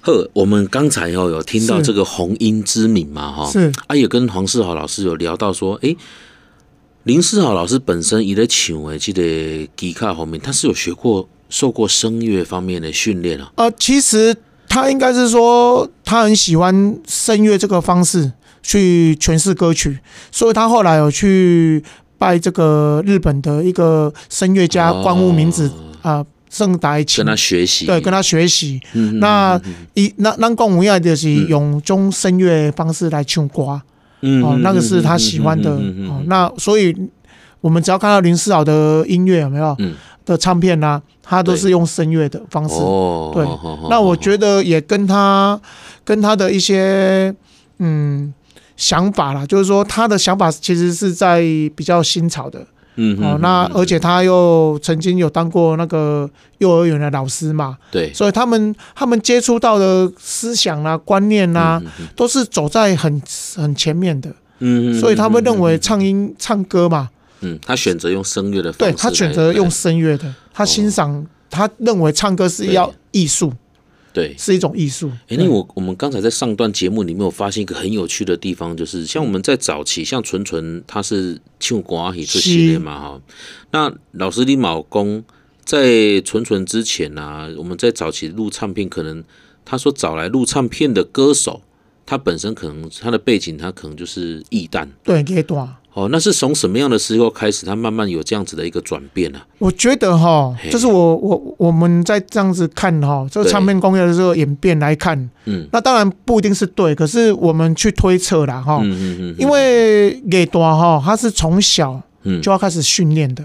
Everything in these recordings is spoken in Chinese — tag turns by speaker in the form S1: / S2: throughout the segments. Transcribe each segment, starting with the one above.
S1: 呵，我们刚才哦有听到
S2: 是
S1: 这个红英之名嘛哈，
S2: 是
S1: 啊，也跟黄世豪老师有聊到说，诶，林世豪老师本身也在请诶，记得吉卡方面，他是有学过、受过声乐方面的训练啊。
S2: 呃，其实他应该是说他很喜欢声乐这个方式去诠释歌曲，所以他后来有去拜这个日本的一个声乐家
S1: 哦
S2: 关屋明子啊圣达琴
S1: 跟，他学习，
S2: 对，跟他学习。
S1: 嗯，嗯
S2: 那
S1: 嗯
S2: 一那那共无亚就是用中声乐方式来唱歌，
S1: 嗯
S2: 哦，那个是他喜欢的哦。那所以我们只要看到林思豪的音乐有没有
S1: 嗯
S2: 的唱片啦、他都是用声乐的方式。
S1: 哦，
S2: 对
S1: 好好好
S2: 那我
S1: 好
S2: 觉得也跟他跟他的一些嗯想法啦，就是说他的想法其实是在比较新潮的
S1: 嗯嗯
S2: 哦。
S1: 嗯
S2: 那
S1: 嗯
S2: 而且他又曾经有当过那个幼儿园的老师嘛，
S1: 对
S2: 所以他们他们接触到的思想啦、观念
S1: 嗯
S2: 啦，，都是走在很很前面的。
S1: 嗯嗯嗯
S2: 所以他们
S1: 嗯
S2: 认为
S1: 嗯
S2: 唱音唱歌嘛，
S1: 嗯，他选择用声哦乐的哎方
S2: 对
S1: 式来，
S2: 他选择用声乐的，他欣赏，他认为唱歌是要
S1: 对
S2: 艺术，
S1: 对
S2: 是一种艺术。
S1: 哎、那我我们刚才在上段节目里面有发现一个很有趣的地方，就是像我们在早期，像纯纯他是唱歌阿喜出系列嘛哈。那老师李卯公在纯纯之前啊，我们在早期录唱片，可能他说找来录唱片的歌手，他本身可能他的背景，他可能就是艺旦
S2: 对，给短。
S1: 哦。那是从什么样的时候开始，他慢慢有这样子的一个转变啊？
S2: 我觉得哈
S1: 嘿，
S2: 就是我我我们在这样子看哈，这个
S1: 对
S2: 唱片工业的这个演变来看，
S1: 嗯
S2: 那当然不一定是对，可是我们去推测啦哈，
S1: 嗯嗯嗯，
S2: 哦因为给短哈，他是从小
S1: 嗯
S2: 就要开始训练的。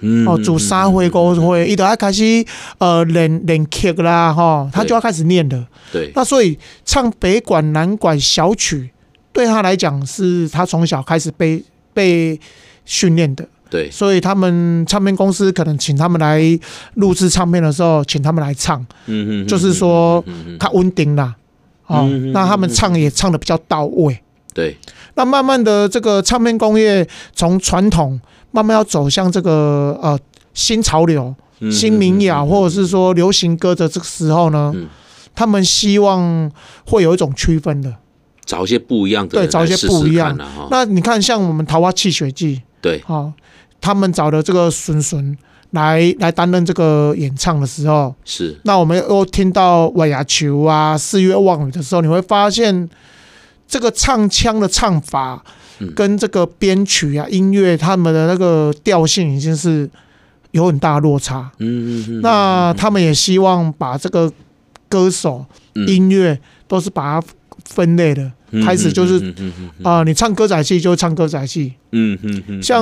S1: 嗯
S2: 哦，煮沙灰锅灰，伊就要开始呃练练曲啦，吼、他
S1: 对
S2: 就要开始念了。
S1: 对
S2: 那所以唱北管、南管小曲，对他来讲是他从小开始被被训练的。
S1: 对
S2: 所以他们唱片公司可能请他们来录制唱片的时候，请他们来唱，
S1: 嗯嗯，
S2: 就是说
S1: 嗯嗯
S2: 他稳定啦，哦
S1: 嗯嗯嗯，
S2: 那他们唱也唱的比较到位。
S1: 对
S2: 那慢慢的，这个唱片工业从传统慢慢要走向这个呃新潮流，
S1: 嗯
S2: 新民谣或者是说流行歌的这个时候呢，
S1: 嗯
S2: 他们希望会有一种区分的。
S1: 哦找一些不一样的
S2: 对
S1: 人
S2: 找一
S1: 来
S2: 些
S1: 试
S2: 不
S1: 试看
S2: 一样
S1: 啊哈
S2: 那你看，像我们《桃花泣血记》
S1: 对，
S2: 啊、他们找的这个孙孙来来担任这个演唱的时候，
S1: 是，
S2: 那我们又听到《尾牙球》啊，《四月望雨》的时候，你会发现这个唱腔的唱法
S1: 嗯
S2: 跟这个编曲啊、音乐他们的那个调性已经是有很大的落差。
S1: 嗯嗯嗯，
S2: 那他们也希望把这个歌手、
S1: 嗯
S2: 音乐都是把它分类的。
S1: 嗯
S2: 开始就是，
S1: 嗯嗯嗯
S2: 啊、你唱歌仔戏就唱歌仔戏，
S1: 嗯嗯嗯，
S2: 像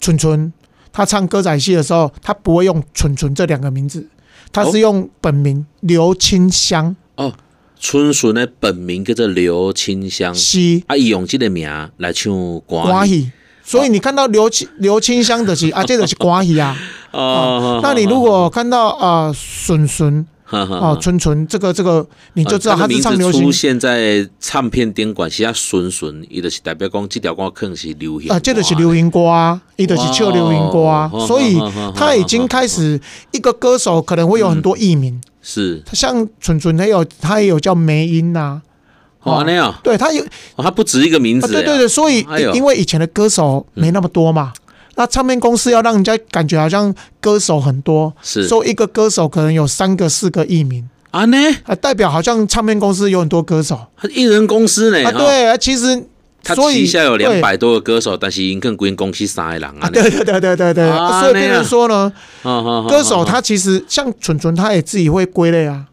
S2: 蠢蠢，他唱歌仔戏的时候，他不会用蠢蠢这两个名字，
S1: 哦
S2: 他是用本名刘清香
S1: 春笋的本名叫做刘清香，
S2: 西
S1: 啊，伊用这个名来唱歌
S2: 瓜
S1: 戏，
S2: 喜。所以你看到刘清刘清香的是 啊，这个是瓜喜啊。
S1: 哦
S2: 那你如果看到啊笋 笋哦
S1: 哦
S2: 蠢蠢这个这个，你就知道他是
S1: 名
S2: 唱
S1: 字
S2: 流
S1: 出
S2: 行
S1: 现在唱片店馆，是啊，顺顺，伊就是代表讲这条歌可能是流行歌
S2: 啊，这就是流行歌啊，伊就是唱流行歌啊
S1: 哇哦，
S2: 所以他已经开始一个歌手可能会有很多艺名，
S1: 是
S2: 像蠢蠢他有他也有叫梅啊音呐、
S1: 哦安尼哦，
S2: 对他有
S1: 哦它不止一个名
S2: 啊
S1: 字，
S2: 对对对，所以
S1: 哎呦嗯
S2: 因为以前的歌手没那么多嘛，那唱片公司要让人家感觉好像歌手很多，
S1: 是
S2: 所以一个歌手可能有三个四个艺名
S1: 安尼，
S2: 啊，代表好像唱片公司有很多歌手啊，
S1: 它艺人公司呢，哎哈
S2: 对，啊其实
S1: 他
S2: 所以
S1: 旗下有
S2: 对
S1: 两百多个歌手，但是因更归公司三个人啊
S2: 啊，对对对对对对，
S1: 啊
S2: 所以变
S1: 那样啊
S2: 成说呢， 歌
S1: 歌
S2: 手他其实像蠢蠢，他也自己会归类啊。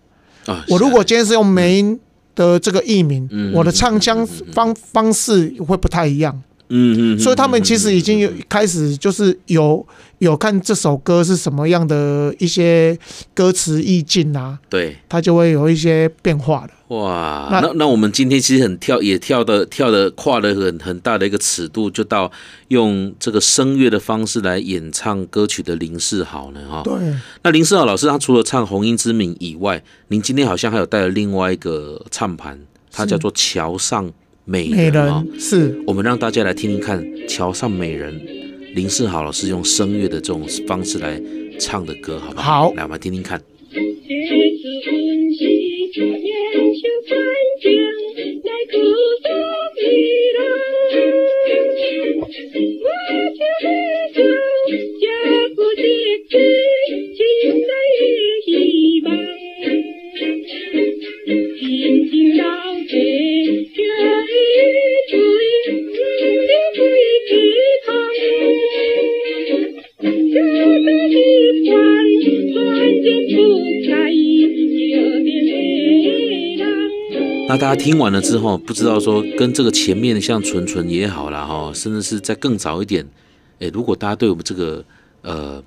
S2: 我如果今天是用梅音的这个艺名，
S1: 嗯
S2: 我的唱腔方方式会不太一样，
S1: 嗯嗯，
S2: 所以他们其实已经有
S1: 嗯嗯嗯
S2: 开始就是有有看这首歌是什么样的一些歌词意境啊，
S1: 对
S2: 它就会有一些变化的。
S1: 哇，
S2: 那
S1: 那那我们今天其实很跳，也跳的跳的跨了很很大的一个尺度，就到用这个声乐的方式来演唱歌曲的林世豪呢哈。
S2: 对，
S1: 那林世豪老师他除了唱《红英之名》以外，您今天好像还有带了另外一个唱盘，它叫做《桥上美
S2: 美
S1: 人》哦
S2: 人是
S1: 我们让大家来听听看《桥上美人》，林世豪老师用声乐的这种方式来唱的歌，好不好？
S2: 好
S1: 来我们来听听看。
S3: 日子温馨。
S1: 那大家听完了之后，不知道说跟这个前面像纯纯也好啦，哈，甚至是再更早一点，诶，如果大家对我们这个呃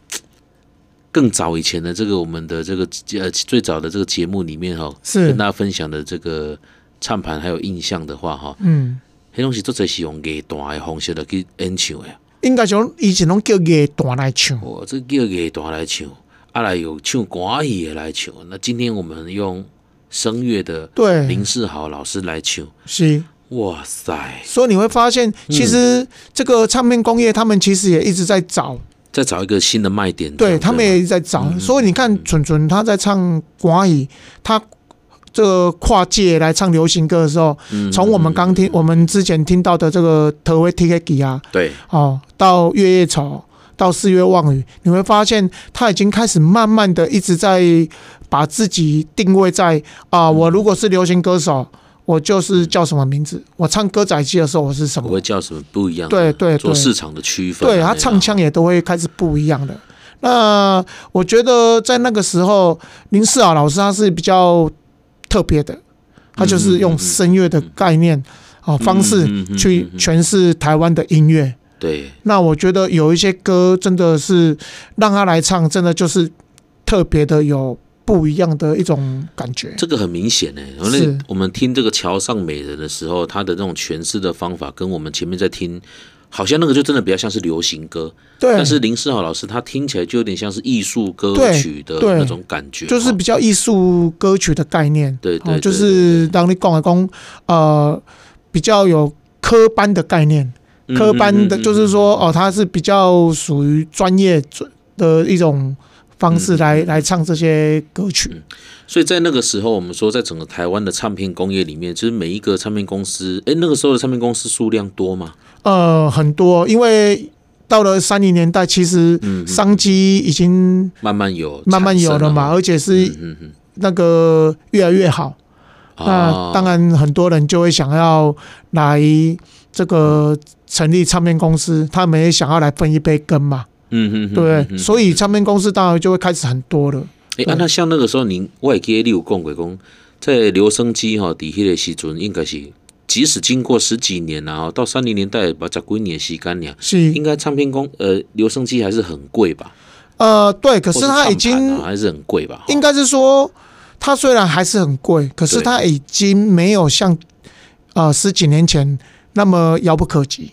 S1: 更早以前的这个我们的这个呃最早的这个节目里面哈，
S2: 是
S1: 跟大家分享的这个唱盘还有印象的话哈，
S2: 嗯，
S1: 黑东西都在是用乐段的方式来去演唱的。
S2: 应该讲以前拢叫乐团来唱，
S1: 哦，这叫乐团来唱，啊来有唱歌戏的来唱。那今天我们用声乐的
S2: 对
S1: 林，世豪老师来唱，
S2: 是。
S1: 哇塞！
S2: 所以你会发现，其实这个唱片工业，他们其实也一直在找，
S1: 再找一个新的卖点，这
S2: 对啊
S1: 样子
S2: 他们也一直在找。所以你看，纯纯他在唱国语，他这个跨界来唱流行歌的时候，
S1: 嗯
S2: 从我们刚听、我们之前听到的这个《特威 T K G》啊，
S1: 嗯对
S2: 哦，到月夜草，到四月望雨，你会发现他已经开始慢慢的一直在把自己定位在啊、我如果是流行歌手，我就是叫什么名字，我唱歌仔戏的时候我是什
S1: 我
S2: 么
S1: 会，叫什么不一样的？
S2: 对对
S1: 做
S2: 对
S1: 市场的区分啊。
S2: 对他
S1: 那样
S2: 唱腔也都会开始不一样的。那我觉得在那个时候，林世豪老师他是比较特别的，他就
S1: 嗯
S2: 是
S1: 嗯嗯
S2: 用声乐的概念啊、哦方式
S1: 嗯嗯嗯嗯
S2: 去
S1: 嗯嗯
S2: 诠释台湾的音乐。
S1: 对
S2: 那我觉得有一些歌真的是让他来唱，真的就是特别的有不一样的一种感觉。
S1: 这个很明显呢。我
S2: 是
S1: 们我们听这个《桥上美人》的时候，他的那种诠释的方法，跟我们前面在听，好像那个就真的比较像是流行歌，
S2: 对，
S1: 但是林世豪老师他听起来就有点像是艺术歌曲的
S2: 对对
S1: 那种感觉，
S2: 就是
S1: 哦
S2: 比较艺术歌曲的概念，
S1: 对对
S2: 哦
S1: 对
S2: 就是让你讲来讲，呃，比较有科班的概念。
S1: 嗯
S2: 科班的，就是，说哦，他是比较属于专业的一种方式来来唱这些歌曲。
S1: 嗯所以在那个时候，我们说在整个台湾的唱片工业里面，就是每一个唱片公司，哎，那个时候的唱片公司数量多吗？嗯
S2: 呃，很多，因为到了三零年代，其实
S1: 嗯，嗯
S2: 商机已经
S1: 慢慢有，
S2: 慢慢有了嘛，
S1: 产
S2: 而且
S1: 生
S2: 是
S1: 了，嗯嗯
S2: 那个越来越好。
S1: 嗯，
S2: 那当
S1: 然，
S2: 然，很多人就会想要来这个成立唱片公司，他们也想要来分一杯羹嘛，
S1: 嗯嗯，
S2: 对不对？所以唱片公司当然就会开始很多了。
S1: 哎、啊，那像那个时候您，我也记得你有讲过讲，在留声机哈，底迄个时阵应该是，即使经过十几年啊，到三零年代把十几年的时间呀，
S2: 是，
S1: 应该唱片公呃留声机还是很贵吧？
S2: 呃，对，可
S1: 可
S2: 是它已经
S1: 还是很贵吧？
S2: 应该是说，它虽然还是很贵，可是
S1: 对
S2: 它已经没有像呃十几年前那么遥不可及。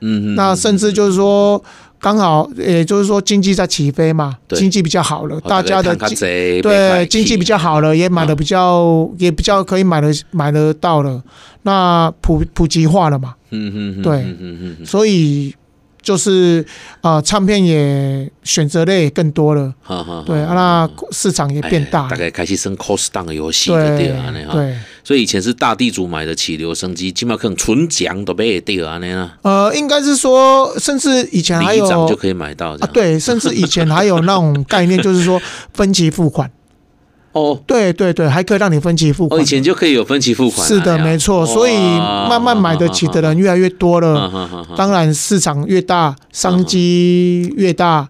S1: 嗯，嗯
S2: 那甚至就是说，刚好也就是说经济在起飞嘛，
S1: 对
S2: 经济比较好了，大家的经
S1: 经
S2: 对经济比较，好
S1: 嗯
S2: 了，也买的比较也比较可以买的买得到了，那普普及化了嘛，
S1: 嗯嗯，
S2: 对
S1: 嗯嗯嗯，
S2: 所以就是啊、呃唱片也选择类也更多了。
S1: 好好，
S2: 对，啊那市场也变大
S1: 哦哎大，概开始升 cost down 的游戏
S2: 对
S1: 对啊，那哈，
S2: 对，
S1: 所以以前是大地主买得起留声机，今麦可能纯奖都被对啊那啦。
S2: 呃，应该是说，甚至以前还
S1: 里
S2: 有
S1: 长就
S2: 啊，
S1: 可以买到这样。
S2: 对，甚至以前还有那种概念，就是说分期付款，
S1: 哦，
S2: 对对对，还可以让你分期付
S1: 哦，
S2: 款
S1: 以，前就可以有分期付款啊。
S2: 是的，没错，所以慢慢买得起的人越来越多
S1: 嗯
S2: 了，
S1: 人
S2: 当然市场越大，商机越大，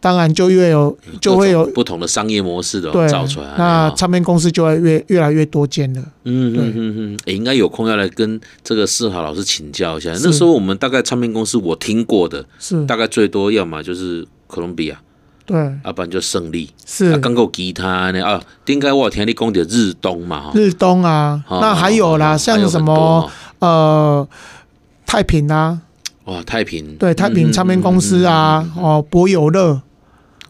S2: 当然就越有就会有
S1: 不同的商业模式的
S2: 对
S1: 造出来啊。，
S2: 那
S1: 哈
S2: 唱片公司就会越越来越多间了，
S1: 嗯
S2: 对
S1: 嗯嗯嗯，诶应该有空要来跟这个世豪老师请教一下。
S2: 是
S1: 那时候我们大概唱片公司我听过的，
S2: 是
S1: 大概最多要么就是哥伦比亚，
S2: 对，
S1: 要不然就胜利。啊，
S2: 是
S1: 刚够吉他呢啊，应该我有听你讲的日东嘛哈。
S2: 日东啊，
S1: 哦
S2: 那还有
S1: 哦
S2: 啦，
S1: 哦还
S2: 像
S1: 有
S2: 什
S1: 很多啊
S2: 么呃太平啊。
S1: 哦哇太平嗯
S2: 对太平唱片公司啊，
S1: 嗯嗯嗯嗯嗯
S2: 哦博友乐，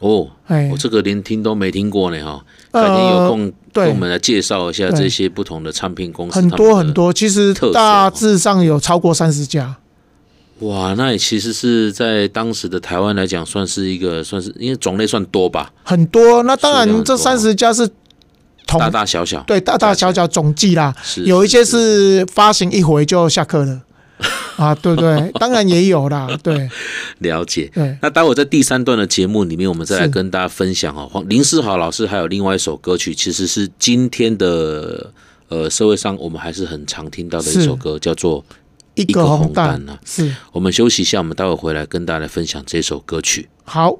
S1: 哦，
S2: 哎
S1: 我，这个连听都没听过呢哈。
S2: 呃
S1: 改天有空跟我
S2: 对，
S1: 们来介绍一下
S2: 对
S1: 这些不同的唱片公司，
S2: 很
S1: 他
S2: 多
S1: 们的
S2: 很。多，其实
S1: 特色哦
S2: 大致上有超过三十家，
S1: 哇，那也其实是在当时的台湾来讲，算是一个算是因为种类算多吧，
S2: 很多。那当
S1: 数量
S2: 然，
S1: 很多啊
S2: 这三十家是同
S1: 大大小小。
S2: 哦对大大小小总计啦，
S1: 是
S2: 有一些是发行一回就下 课了。啊，对不对？当然也有啦，对
S1: 了解。
S2: 对，
S1: 那待会在第三段的节目里面，我们再来
S2: 是
S1: 跟大家分享哦。黄林世豪老师还有另外一首歌曲，其实是今天的呃社会上我们还是很常听到的一
S2: 是
S1: 首歌，叫做《
S2: 一
S1: 一个
S2: 个红
S1: 红
S2: 蛋
S1: 蛋》啊。
S2: 是
S1: 我们休息一下，我们待会回来跟大家来分享这首歌曲。
S2: 好。